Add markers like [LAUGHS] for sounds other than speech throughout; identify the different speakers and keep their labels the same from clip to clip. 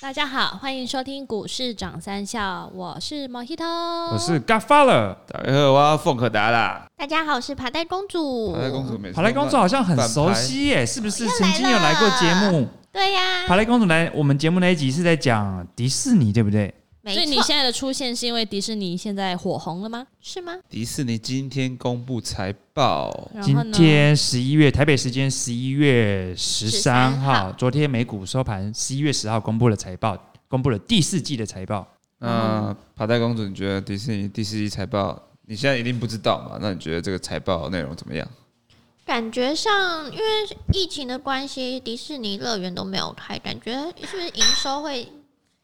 Speaker 1: 大家好，欢迎收听股市涨三笑，我是 Mojito，
Speaker 2: 我是 Godfather，
Speaker 3: 大家呃好，我是凤可达啦。
Speaker 1: 大家好，我是爬带公主。
Speaker 4: 嗯
Speaker 3: 爬莱公主每次
Speaker 2: 跑来公主好像很熟悉耶，是不是曾经有来过啊节目？
Speaker 1: 对呀、
Speaker 2: 跑来公主来我们节目那一集是在讲迪士尼，对不对？
Speaker 1: 所以你现在的出现是因为迪士尼现在火红了吗？是吗？
Speaker 3: 迪士尼今天公布财报，
Speaker 1: 然
Speaker 2: 今
Speaker 1: 后呢？
Speaker 2: 天十一月台北时间十一月十三
Speaker 1: 13
Speaker 2: 号，昨天美股收盘十一月十号公布了财报，公布了第四季的财报。嗯
Speaker 3: 那爬带公主，你觉得迪士尼第四季财报，你现在一定不知道嘛？那你觉得这个财报内容怎么样？
Speaker 4: 感觉上，因为疫情的关系，迪士尼乐园都没有开，感觉是不是营收会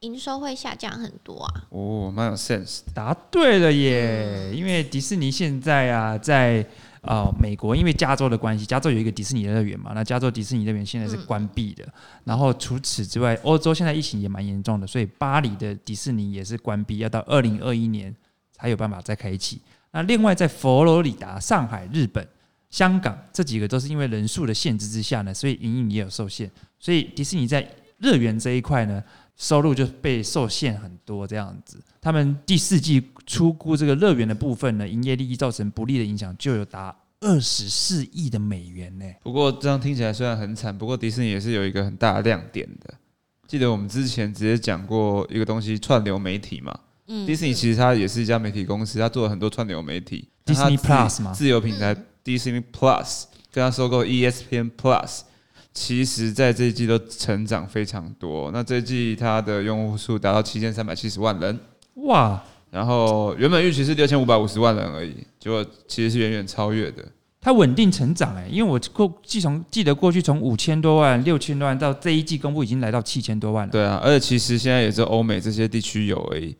Speaker 4: 营收会下降很多啊？
Speaker 3: 哦，蛮有 sense 的。
Speaker 2: 答对了耶！因为迪士尼现在啊，在呃美国，因为加州的关系，加州有一个迪士尼乐园嘛，那加州迪士尼乐园现在是关闭的。然后除此之外，欧洲现在疫情也蛮严重的，所以巴黎的迪士尼也是关闭，要到二零二一年才有办法再开启。那另外在佛罗里达、上海、日本、香港这几个都是因为人数的限制之下呢，所以营运也有受限，所以迪士尼在乐园这一块呢，收入就被受限很多这样子。他们第四季出估这个乐园的部分呢，营业利益造成不利的影响就有达二十四亿的美元呢。
Speaker 3: 不过这样听起来虽然很惨，不过迪士尼也是有一个很大的亮点的。记得我们之前直接讲过一个东西，串流媒体嘛。
Speaker 1: 嗯
Speaker 3: 迪士尼其实它也是一家媒体公司，它做了很多串流媒体。
Speaker 2: Disney
Speaker 3: 那它自
Speaker 2: Plus 吗
Speaker 3: 自由平台 Disney Plus 跟它收购 E ESPN Plus，其实在这一季都成长非常多。那这一季它的用户数达到七千三百七十万人，
Speaker 2: 哇，
Speaker 3: 然后原本预期是六千五百五十万人而已，结果其实是远远超越的。
Speaker 2: 它稳定成长哎，因为我过记从记得过去从五千多万、六千多万到这一季公布已经来到七千多万了。
Speaker 3: 对啊，而且其实现在也只有欧美这些地区有而已。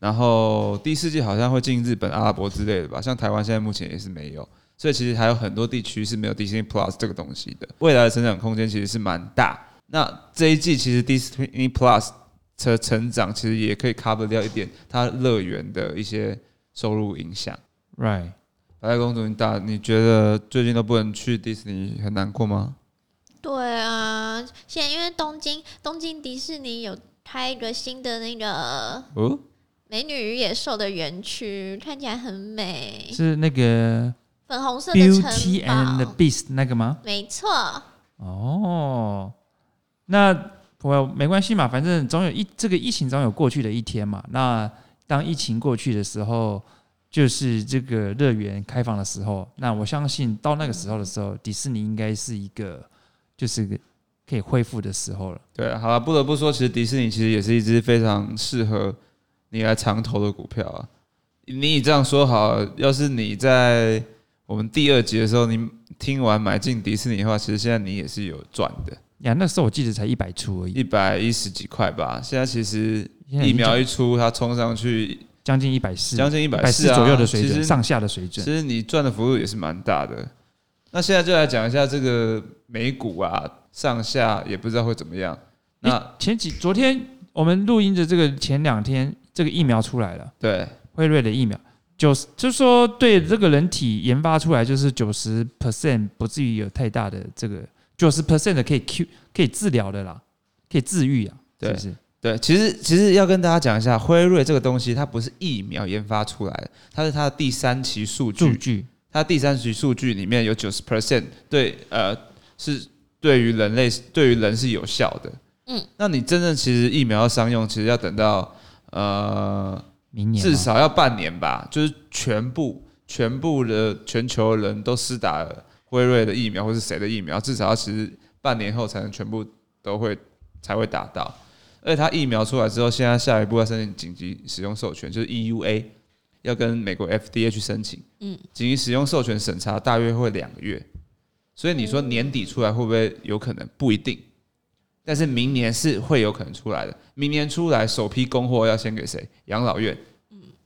Speaker 3: 然后第四季好像会进日本、阿拉伯之类的吧，像台湾现在目前也是没有，所以其实还有很多地区是没有 Disney Plus 这个东西的。未来的成长空间其实是蛮大。那这一季其实 Disney Plus 的成长其实也可以 cover 掉一点它乐园的一些收入影响。
Speaker 2: Right，
Speaker 3: 白雪公主，你打你觉得最近都不能去迪士尼，很难过吗？
Speaker 4: 对啊，现在因为东京东京迪士尼有开一个新的那个
Speaker 3: 哦，
Speaker 4: 美女与野兽的园区，看起来很美，
Speaker 2: 是那个
Speaker 4: 粉红色的
Speaker 2: Beauty
Speaker 4: 城
Speaker 2: and the
Speaker 4: 堡，
Speaker 2: Beast 那个吗？
Speaker 4: 没错，
Speaker 2: 哦，那我没关系嘛，反正总有一这个疫情总有过去的一天嘛。那当疫情过去的时候，就是这个乐园开放的时候，那我相信到那个时候的时候，迪士尼应该是一个就是个可以恢复的时候了。
Speaker 3: 对啊，好了，不得不说，其实迪士尼其实也是一只非常适合你来长投的股票啊。你以这样说好了，要是你在我们第二集的时候，你听完买进迪士尼的话，其实现在你也是有赚的，
Speaker 2: 呀，那时候我记得才一百出而已，
Speaker 3: 一百一十几块吧。现在其实
Speaker 2: 现在已
Speaker 3: 疫
Speaker 2: 经
Speaker 3: 苗
Speaker 2: 将
Speaker 3: 一出，它冲上去
Speaker 2: 将近一百四，
Speaker 3: 将近一百
Speaker 2: 百
Speaker 3: 四
Speaker 2: 四
Speaker 3: 啊
Speaker 2: 左右的水
Speaker 3: 其
Speaker 2: 准，
Speaker 3: 实
Speaker 2: 上下的水
Speaker 3: 其
Speaker 2: 准。
Speaker 3: 实你赚的幅度也是蛮大的。那现在就来讲一下这个美股啊，上下也不知道会怎么样。那
Speaker 2: 前几昨天我们录音的这个前两天，这个疫苗出来了。
Speaker 3: 对，
Speaker 2: 辉瑞的疫苗，九就是说对这个人体研发出来就是九十 percent 不至于有太大的这个九十 percent 的可以 Q 可以治疗的啦，可以治愈啊，
Speaker 3: 对
Speaker 2: 是不是？
Speaker 3: 对，其实其实要跟大家讲一下，辉瑞这个东西，它不是疫苗研发出来的，它是它的第三期数
Speaker 2: 数
Speaker 3: 据，
Speaker 2: 据
Speaker 3: 它第三期数据里面有九十 percent 对呃是对于人类对于人是有效的。
Speaker 1: 嗯，
Speaker 3: 那你真正其实疫苗要商用，其实要等到呃
Speaker 2: 明年啊
Speaker 3: 至
Speaker 2: 嘛
Speaker 3: 少要半年吧，就是全部全部的全球人都施打了辉瑞的疫苗或是谁的疫苗，至少要其实半年后才能全部都会才会打到。而且它疫苗出来之后，现在下一步要申请紧急使用授权，就是 EUA，要跟美国 FDA 去申请。
Speaker 1: 嗯，
Speaker 3: 紧急使用授权审查大约会两个月，所以你说年底出来会不会有可能？不一定，但是明年是会有可能出来的。明年出来首批供货要先给谁？养老院，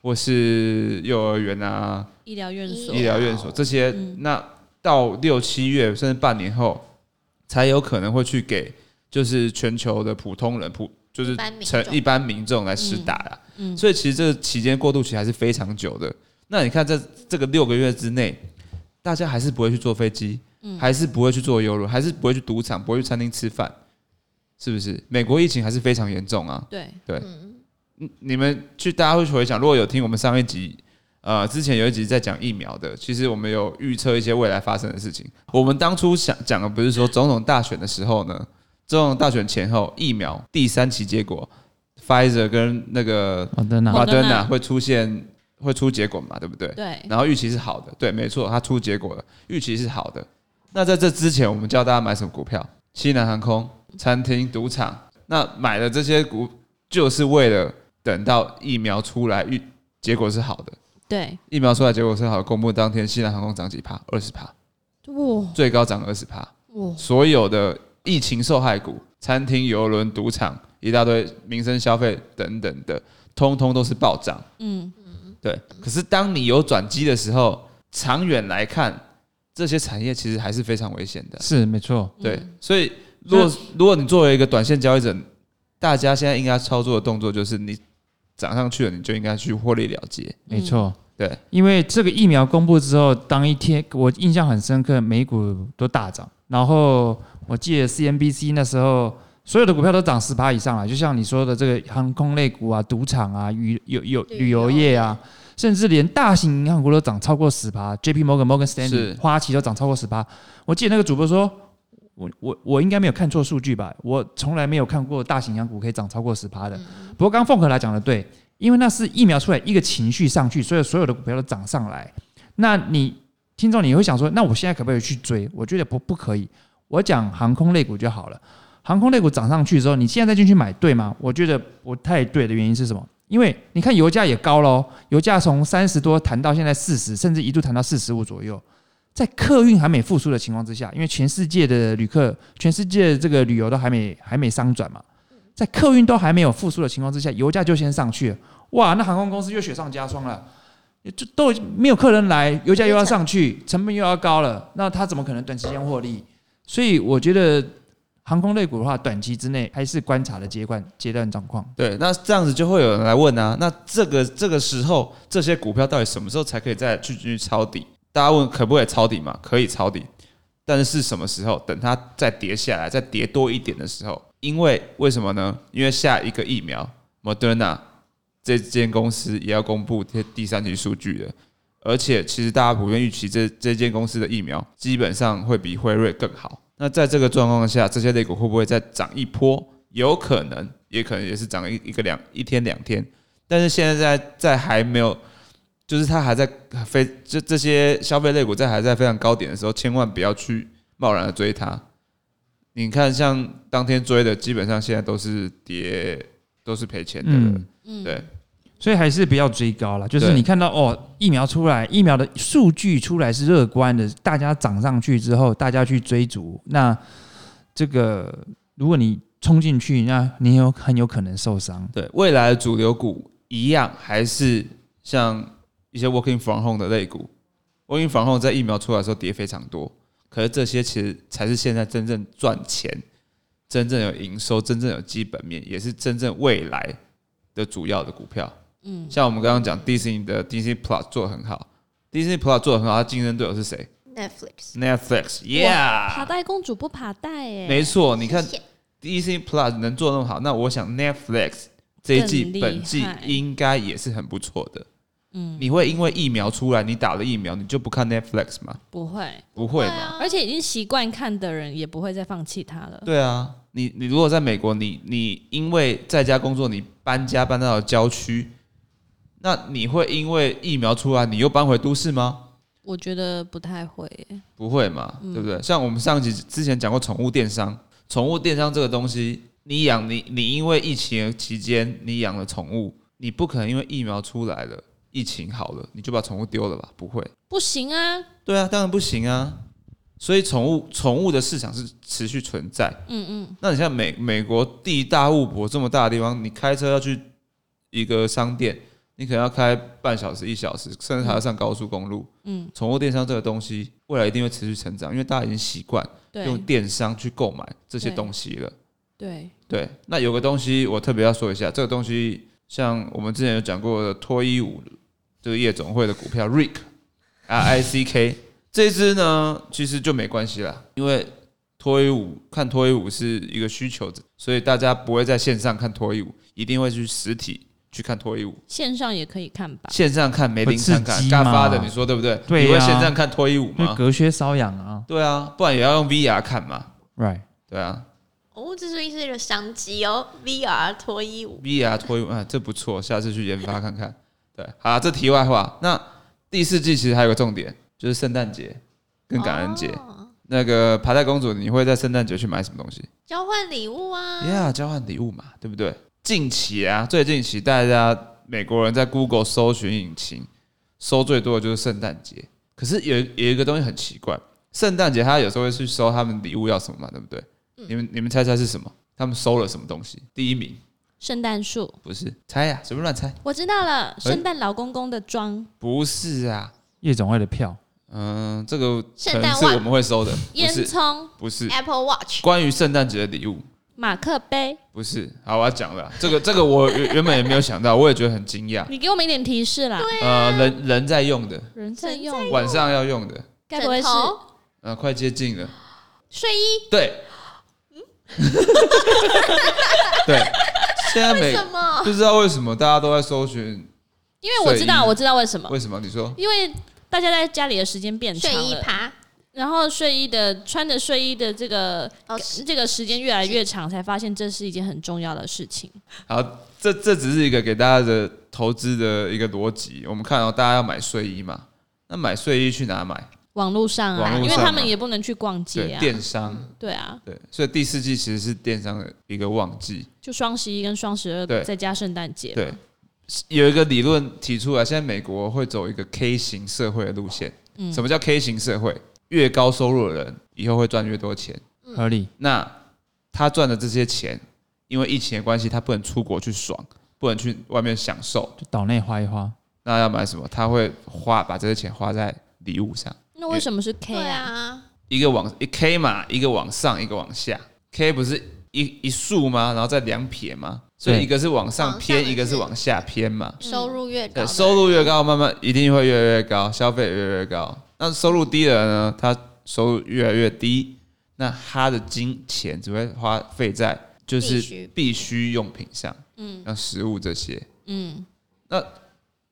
Speaker 3: 或是幼儿园啊、
Speaker 1: 医疗院所
Speaker 3: 医，疗院所这些。
Speaker 4: 嗯
Speaker 3: 那到六七月甚至半年后，才有可能会去给就是全球的普通人普。就是
Speaker 4: 一般民
Speaker 3: 成
Speaker 4: 众
Speaker 3: 一般民众来施打啦，
Speaker 1: 嗯
Speaker 3: 所以其实这个期间过渡期还是非常久的。那你看这这个六个月之内，大家
Speaker 4: 嗯
Speaker 3: 还是不会去坐飞机，还是不会去坐游轮，还是不会去赌场，不会去餐厅吃饭。是不是？美国疫情还是非常严重啊。
Speaker 1: 对
Speaker 3: 对
Speaker 4: 嗯，
Speaker 3: 嗯你们去大家会回想，如果有听我们上一集，呃，之前有一集在讲疫苗的，其实我们有预测一些未来发生的事情。我们当初想讲的不是说总统大选的时候呢，总统大选前后疫苗第三期结果，Pfizer 跟那个
Speaker 2: 好哦的呢，
Speaker 3: 华登
Speaker 1: Moderna
Speaker 3: 啊会出现会出结果嘛，对不对？
Speaker 1: 对，
Speaker 3: 然后预期是好的，对，没错，它出结果了，预期是好的。那在这之前，我们教大家买什么股票？西南航空、餐厅、赌场。那买的这些股，就是为了等到疫苗出来，预结果是好的。
Speaker 1: 对，
Speaker 3: 疫苗出来结果是好的，公布当天，西南航空涨几趴？二十趴，
Speaker 1: 哇
Speaker 3: 最高涨二十趴。
Speaker 1: 哇，
Speaker 3: 所有的疫情受害股，餐厅、游轮、赌场，一大堆民生消费等等的，通通都是暴涨。
Speaker 1: 嗯，
Speaker 3: 对，可是当你有转机的时候，长远来看，这些产业其实还是非常危险的。
Speaker 2: 是没错，
Speaker 3: 对，所以如果如果你作为一个短线交易者，大家现在应该操作的动作就是，你涨上去了，你就应该去获利了结。
Speaker 2: 没错。
Speaker 3: 对，
Speaker 2: 因为这个疫苗公布之后，当一天我印象很深刻，美股都大涨。然后我记得 CNBC 那时候所有的股票都涨十趴以上了，啊就像你说的这个航空类股啊、赌场啊、旅有有旅游业啊，甚至连大型银行股都涨超过十趴，JP Morgan、Morgan
Speaker 3: 是
Speaker 2: Stanley、花旗都涨超过十趴。我记得那个主播说。我我我应该没有看错数据吧？我从来没有看过大型银行股可以涨超过十趴的。不过刚刚凤和来讲的对，因为那是疫苗出来一个情绪上去，所以所有的股票都涨上来。那你听众你会想说，那我现在可不可以去追？我觉得不不可以。我讲航空类股就好了，航空类股涨上去之后，你现在再进去买，对吗？我觉得不太对的原因是什么？因为你看油价也高喽，油价从三十多谈到现在四十，甚至一度谈到四十五左右。在客运还没复苏的情况之下，因为全世界的旅客、全世界的这个旅游都还没还没商转嘛，在客运都还没有复苏的情况之下，油价就先上去了，哇，那航空公司又雪上加霜了，就都已经没有客人来，油价又要上去，成本又要高了，那它怎么可能短时间获利？所以我觉得航空类股的话，短期之内还是观察的阶段阶段状况。
Speaker 3: 对，那这样子就会有人来问啊，那这个这个时候这些股票到底什么时候才可以再去去抄底？大家问可不可以抄底嘛？可以抄底，但是是什么时候？等它再跌下来，再跌多一点的时候，因为为什么呢？因为下一个疫苗 Moderna 这间公司也要公布第第三期数据了，而且其实大家普遍预期这这间公司的疫苗基本上会比辉瑞更好。那在这个状况下，这些类股会不会再涨一波？有可能，也可能也是涨一一个两一天两天，但是现在在在还没有，就是它还在非这这些消费类股在还在非常高点的时候，千万不要去贸然的追它。你看，像当天追的，基本上现在都是跌，都是赔钱的了。
Speaker 2: 嗯
Speaker 1: 嗯
Speaker 3: 对，
Speaker 2: 所以还是不要追高了，就是
Speaker 3: 对
Speaker 2: 你看到哦，疫苗出来，疫苗的数据出来是乐观的，大家涨上去之后，大家去追逐，那这个如果你冲进去，那你有很有可能受伤。
Speaker 3: 对，未来的主流股一样还是像一些 working from home 的类股，working from home 在疫苗出来的时候跌非常多，可是这些其实才是现在真正赚钱、真正有营收、真正有基本面，也是真正未来的主要的股票。
Speaker 1: 嗯，
Speaker 3: 像我们刚刚讲 Disney 的 Disney Plus 做的很好，Disney Plus 做的很好，它竞争对手是谁
Speaker 1: 爬
Speaker 4: Netflix，
Speaker 3: ？Netflix，Yeah，
Speaker 1: 带公主不爬带哎，
Speaker 3: 没错，你看
Speaker 4: 谢谢
Speaker 3: Disney Plus 能做那么好，那我想 Netflix 这一季
Speaker 1: 更厉害
Speaker 3: 本季应该也是很不错的。
Speaker 1: 嗯，
Speaker 3: 你会因为疫苗出来，你打了疫苗，你就不看 Netflix 吗？
Speaker 1: 不会，
Speaker 3: 不会
Speaker 4: 对
Speaker 3: 嘛？
Speaker 4: 啊
Speaker 1: 而且已经习惯看的人也不会再放弃它了。
Speaker 3: 对啊，你你如果在美国，你你因为在家工作，你搬家搬到了郊区，那你会因为疫苗出来，你又搬回都市吗？
Speaker 1: 我觉得不太会耶，
Speaker 3: 不会嘛，对不对？像我们上集之前讲过宠物电商，宠物电商这个东西，你养你你因为疫情期间你养了宠物，你不可能因为疫苗出来了，疫情好了，你就把宠物丢了吧？不会，
Speaker 1: 不行啊，
Speaker 3: 对啊，当然不行啊。所以宠物宠物的市场是持续存在。
Speaker 1: 嗯嗯，
Speaker 3: 那你像美美国地大物博这么大的地方，你开车要去一个商店，你可能要开半小时、一小时，甚至还要上高速公路。
Speaker 1: 嗯，
Speaker 3: 宠物电商这个东西未来一定会持续成长，因为大家已经习惯用
Speaker 1: 对
Speaker 3: 电商去购买这些
Speaker 1: 对
Speaker 3: 东西了。
Speaker 1: 对，
Speaker 3: 对，那有个东西我特别要说一下，这个东西像我们之前有讲过的脱衣舞，这个夜总会的股票 [LAUGHS] RIC R I C K 这一只呢，其实就没关系啦，因为脱衣舞看脱衣舞是一个需求，所以大家不会在线上看脱衣舞，一定会去实体去看脱衣舞。
Speaker 1: 线上也可以看吧？
Speaker 3: 线上看没
Speaker 2: 会
Speaker 3: 临场感
Speaker 2: 刺，激
Speaker 3: 尬发
Speaker 2: 嘛
Speaker 3: 的，你说对不对？
Speaker 2: 对啊
Speaker 3: 你会
Speaker 2: 呀
Speaker 3: 线上看脱衣舞
Speaker 2: 因为
Speaker 3: 吗？
Speaker 2: 隔靴搔痒啊
Speaker 3: 对啊，不然也要用 VR 看嘛。
Speaker 2: ，right？
Speaker 3: 对啊
Speaker 4: 哦，这是一是一个商机哦，VR 脱衣舞。
Speaker 3: ，VR 脱衣舞啊，这不错，下次去研发看看。对，好啊，这题外话。那第四季其实还有个重点，就是圣诞节跟感恩节。
Speaker 4: 哦
Speaker 3: 那个爬太公主，你会在圣诞节去买什么东西？
Speaker 4: 交换礼物啊
Speaker 3: Yeah，交换礼物嘛，对不对？近期啊，最近期大家美国人在 Google 搜寻引擎搜最多的就是圣诞节。可是有有一个东西很奇怪，圣诞节他有时候会去搜他们礼物要什么嘛，对不对？你们你们猜猜是什么？他们搜了什么东西？第一名
Speaker 1: 圣诞树，
Speaker 3: 不是猜呀、随便乱猜，
Speaker 1: 我知道
Speaker 3: 哎
Speaker 1: 了，圣诞老公公的妆，
Speaker 3: 不是啊。
Speaker 2: 夜总会的票，
Speaker 3: 嗯，这个
Speaker 4: 圣
Speaker 3: 可
Speaker 4: 诞
Speaker 3: 能是
Speaker 4: 袜
Speaker 3: 我们会搜的，不
Speaker 1: 烟
Speaker 3: 是
Speaker 1: 囱、
Speaker 3: 不是
Speaker 4: ，Apple Watch
Speaker 3: 关于圣诞节的礼物，
Speaker 1: 马克杯。
Speaker 3: 不是。好，我要讲了，这个这个我原原本也没有想到，我也觉得很惊讶。
Speaker 1: 你给我们一点提示啦，
Speaker 4: 啊
Speaker 3: 呃，人人在用的，
Speaker 1: 人在用，
Speaker 3: 晚上要用的，
Speaker 1: 该不会是
Speaker 4: 枕头
Speaker 3: 呃，快接近了，
Speaker 4: 睡衣，
Speaker 3: 对， [LAUGHS] 对，现在
Speaker 4: 为
Speaker 3: 每
Speaker 4: 什么？
Speaker 3: 不知道为什么大家都在搜寻，
Speaker 1: 因为我知道，
Speaker 3: 睡衣
Speaker 1: 我知道为什么，
Speaker 3: 为什么？你说
Speaker 1: 因为大家在家里的时间变长
Speaker 4: 睡衣
Speaker 1: 了，
Speaker 4: 爬
Speaker 1: 然后睡衣的穿着睡衣的这个呃
Speaker 4: 哦，
Speaker 1: 这个时间越来越长，才发现这是一件很重要的事情。
Speaker 3: 好，这这只是一个给大家的投资的一个逻辑。我们看到、哦、大家要买睡衣嘛，那买睡衣去哪买？
Speaker 1: 网络上啊，
Speaker 3: 网络上啊
Speaker 1: 因为他们也不能去逛街
Speaker 3: 对，
Speaker 1: 啊，
Speaker 3: 电商。
Speaker 1: 对啊，
Speaker 3: 对，所以第四季其实是电商的一个旺季。
Speaker 1: 就双十一跟双十
Speaker 3: 对
Speaker 1: 二再加圣诞节，
Speaker 3: 对，有一个理论提出来，现在美国会走一个 K 型社会的路线。
Speaker 1: 嗯
Speaker 3: 什么叫 K 型社会？越高收入的人以后会赚越多钱。
Speaker 1: 嗯
Speaker 2: 合理。
Speaker 3: 那他赚的这些钱，因为疫情的关系，他不能出国去爽，不能去外面享受。
Speaker 2: 就岛内花一花，
Speaker 3: 那要买什么？他会花把这些钱花在礼物上。
Speaker 1: 那为什么是 K
Speaker 4: 对
Speaker 1: 啊？
Speaker 4: 啊，
Speaker 3: 一个往一 K 嘛，一个往上，一个往下。K 不是一一竖吗？然后再两撇吗？所以
Speaker 2: 对
Speaker 3: 一个是往上
Speaker 4: 往上
Speaker 3: 偏，
Speaker 4: 的
Speaker 3: 一个是
Speaker 4: 是
Speaker 3: 往下偏嘛。
Speaker 1: 嗯
Speaker 4: 收入越高
Speaker 3: 对，
Speaker 4: 的，
Speaker 3: 收入越高，慢慢一定会越来越高，消费也越来越高。那收入低的人呢，他收入越来越低，那他的金钱只会花费在就
Speaker 4: 必
Speaker 3: 是
Speaker 4: 须
Speaker 3: 必需用品上，
Speaker 1: 嗯
Speaker 3: 像食物这些。
Speaker 1: 嗯，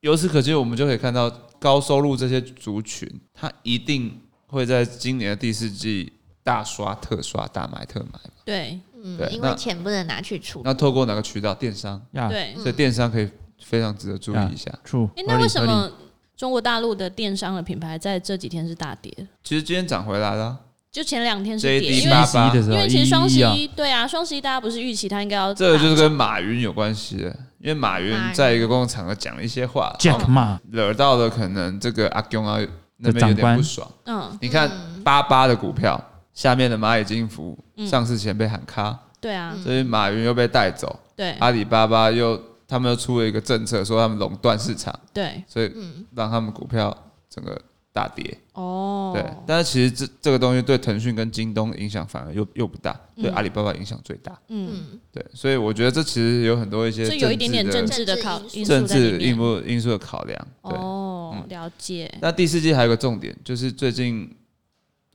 Speaker 3: 由此可见，我们就可以看到高收入这些族群，他一定会在今年的第四季大刷特刷、大买特买。
Speaker 1: 对
Speaker 3: 对
Speaker 4: 嗯，因
Speaker 3: 那
Speaker 4: 为钱不能拿去出，
Speaker 3: 那透过哪个渠道？电商，
Speaker 2: 呀、
Speaker 1: 对。
Speaker 3: 所以电商可以非常值得注意一
Speaker 4: 嗯
Speaker 3: 下。
Speaker 2: t r u e
Speaker 1: 哎，那为什么中国大陆的电商的品牌在这几天是大跌？
Speaker 3: 其实今天涨回来了，啊
Speaker 1: 就前两天是跌，
Speaker 3: JD
Speaker 1: 因
Speaker 2: 八
Speaker 1: 为
Speaker 3: 八
Speaker 2: 十一的时
Speaker 1: 因
Speaker 2: 候，
Speaker 1: 为其实双
Speaker 2: 一
Speaker 1: 十
Speaker 2: 一啊，
Speaker 1: 一对啊，双十一大家不是预期它应该要
Speaker 3: [LAUGHS] 这个就是
Speaker 1: 大
Speaker 3: 跟马云有关系的，因为马云在一个公共场合讲了一些话
Speaker 2: Jack 嘛，
Speaker 3: 惹到了可能这个阿公啊那边有
Speaker 2: 长
Speaker 3: 点
Speaker 2: 官
Speaker 3: 不爽。
Speaker 1: 嗯，
Speaker 3: 你看八八的股票下面的蚂蚁金服
Speaker 1: 嗯
Speaker 3: 上市前被喊咖，
Speaker 1: 对啊，
Speaker 3: 所以马云又被带走，
Speaker 1: 对
Speaker 3: 阿里巴巴又他们又出了一个政策说他们垄断市场，
Speaker 1: 对
Speaker 3: 所以让他们股票整个大跌。
Speaker 1: 哦，
Speaker 3: 对，但是其实这这个东西对腾讯跟京东影响反而又又不大，对
Speaker 1: 嗯
Speaker 3: 阿里巴巴影响最大。
Speaker 1: 嗯，
Speaker 4: 嗯，
Speaker 3: 对，所以我觉得这其实有很多一些
Speaker 1: 就有一点点
Speaker 3: 的
Speaker 1: 政治的考
Speaker 4: 政治
Speaker 1: 因素
Speaker 3: 政
Speaker 1: 在里
Speaker 3: 治
Speaker 1: 面
Speaker 3: 因素因素的考量。对，
Speaker 1: 哦
Speaker 3: 嗯，
Speaker 1: 了解，
Speaker 3: 那第四季还有个重点，就是最近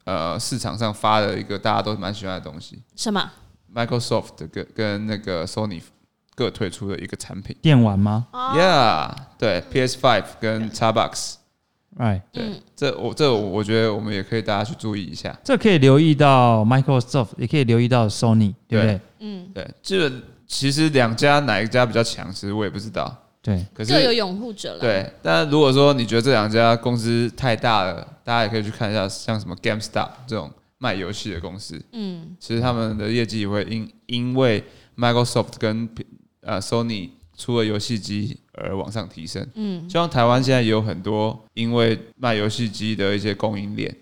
Speaker 3: 呃市场上发了一个大家都蛮喜欢的东西
Speaker 1: 什么？
Speaker 3: ，Microsoft 跟跟那个 Sony 各推出了一个产品、
Speaker 2: 电玩吗
Speaker 3: y e a
Speaker 4: 哦，
Speaker 3: h 对，PS Five 跟 Xbox，
Speaker 2: ？Right，
Speaker 3: 对，
Speaker 1: 嗯
Speaker 3: 这我这我我觉得我们也可以大家去注意一下。
Speaker 2: 这可以留意到 Microsoft，也可以留意到 Sony，对不对？
Speaker 1: 嗯，
Speaker 3: 对，这个其实两家哪一家比较强，其实我也不知道，
Speaker 2: 对，
Speaker 3: 可
Speaker 1: 各有
Speaker 3: 是。
Speaker 1: 拥护者了，
Speaker 3: 对，但如果说你觉得这两家公司太大了，大家也可以去看一下，像什么 GameStop 这种卖游戏的公司，
Speaker 1: 嗯，
Speaker 3: 其实他们的业绩也会因因为 Microsoft 跟呃 Sony 出了游戏机而往上提升。
Speaker 1: 嗯，
Speaker 3: 就像台湾现在也有很多因为卖游戏机的一些供应链，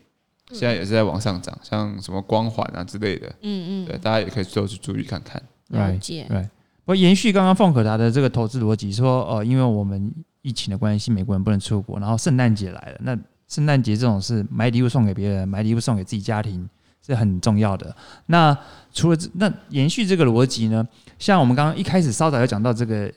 Speaker 3: 现在也是在往上涨，像什么光环啊之类的。
Speaker 1: 嗯
Speaker 3: 对，
Speaker 1: 嗯，
Speaker 3: 大家也可以都去注意看看。
Speaker 1: 了解
Speaker 2: Right，不过延续刚刚凤可达的这个投资逻辑，说呃，因为我们疫情的关系，美国人不能出国，然后圣诞节来了，那圣诞节这种事，买礼物送给别人，买礼物送给自己家庭是很重要的。那除了这那延续这个逻辑呢，像我们刚刚一开始稍早有讲到这个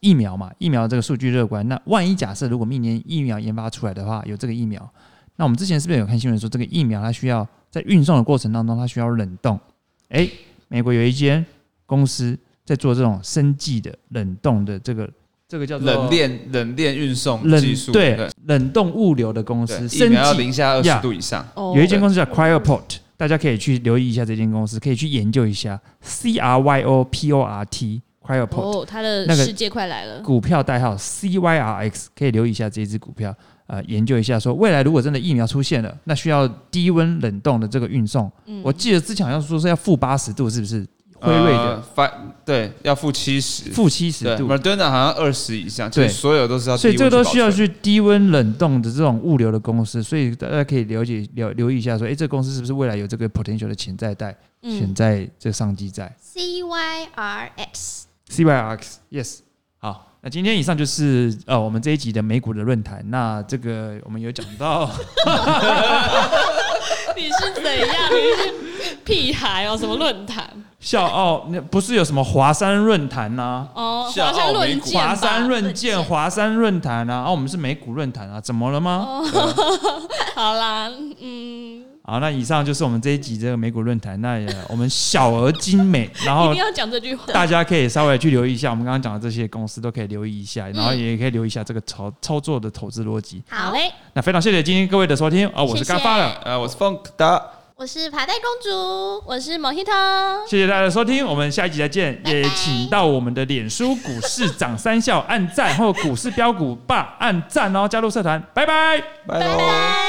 Speaker 2: 疫苗嘛，疫苗这个数据乐观，那万一假设如果明年疫苗研发出来的话，有这个疫苗，那我们之前是不是有看新闻说，这个疫苗它需要在运送的过程当中，它需要冷冻？诶，美国有一间公司在做这种生技的冷冻的这个这个叫做
Speaker 3: 冷链冷链运送
Speaker 2: 冷
Speaker 3: 技术，
Speaker 2: 对冷冻物流的公司，
Speaker 3: 对，疫
Speaker 2: 生
Speaker 3: 苗要
Speaker 2: 技
Speaker 3: 零下二
Speaker 2: 呀
Speaker 3: 十度以上，
Speaker 1: 哦
Speaker 2: 有一间公司叫 Cryoport，大家可以去留意一下这间公司，可以去研究一下 C R Y O P O R T Cryoport
Speaker 1: 哦，他的
Speaker 2: 那个
Speaker 1: 世界快来了，
Speaker 2: 股票代号 C Y R X，可以留意一下这只股票，呃，研究一下说未来如果真的疫苗出现了，那需要低温冷冻的这个运送。
Speaker 1: 嗯
Speaker 2: 我记得之前好像说是要负八十度，是不是？辉瑞的
Speaker 3: 呃发对要负七十，
Speaker 2: 负七十
Speaker 3: 对
Speaker 2: 度。
Speaker 3: ，Moderna 好像二十以上，就
Speaker 2: 对
Speaker 3: 是所有都是要低
Speaker 2: 所
Speaker 3: 温
Speaker 2: 以
Speaker 3: 去
Speaker 2: 这
Speaker 3: 保存，
Speaker 2: 个都需要去低温冷冻的这种物流的公司，所以大家可以了解了留意一下，说，哎、这个公司是不是未来有这个 potential 的潜在在潜
Speaker 1: 嗯，
Speaker 2: 在这商机在？
Speaker 4: C Y R X，
Speaker 2: CYRX，yes。好，那今天以上就是呃我们这一集的美股的论坛。那这个我们有讲到， [LAUGHS]
Speaker 1: [LAUGHS] 你是怎样？你是屁孩哦？什么论坛？
Speaker 2: 笑傲那不是有什么华山论坛呐、
Speaker 1: 哦，
Speaker 3: 笑
Speaker 1: 华
Speaker 3: 傲
Speaker 1: 山
Speaker 3: 美
Speaker 1: 论
Speaker 3: 股
Speaker 1: 剑吧，
Speaker 2: 华山论剑、
Speaker 4: 论剑
Speaker 2: 华山论坛啊，啊，我们是美股论坛啊，怎么了吗？
Speaker 1: 哦好啦，嗯，
Speaker 2: 好，那以上就是我们这一集这个美股论坛。那也我们小而精美，然
Speaker 1: 一
Speaker 2: 后
Speaker 1: 定要讲这句
Speaker 2: [LAUGHS]
Speaker 1: 话。
Speaker 2: 大家可以稍微去留意一下，我们刚刚讲的这些公司都可以留意一下，然后也可以留意一下这个操操作的投资逻辑。
Speaker 1: 好，嘞，
Speaker 2: 那非常谢谢今天各位的收听啊、我是
Speaker 4: 谢谢
Speaker 2: 嘎发了。
Speaker 3: 呃，我是 Funk 达。
Speaker 4: 我是爬带公主，
Speaker 1: 我是 Mojito，
Speaker 2: 谢谢大家的收听，我们下一集再见。
Speaker 4: 拜拜
Speaker 2: 也请到我们的脸书股市涨三笑按赞，或股市标股霸按赞哦，加入社团，拜拜。
Speaker 3: 拜喽。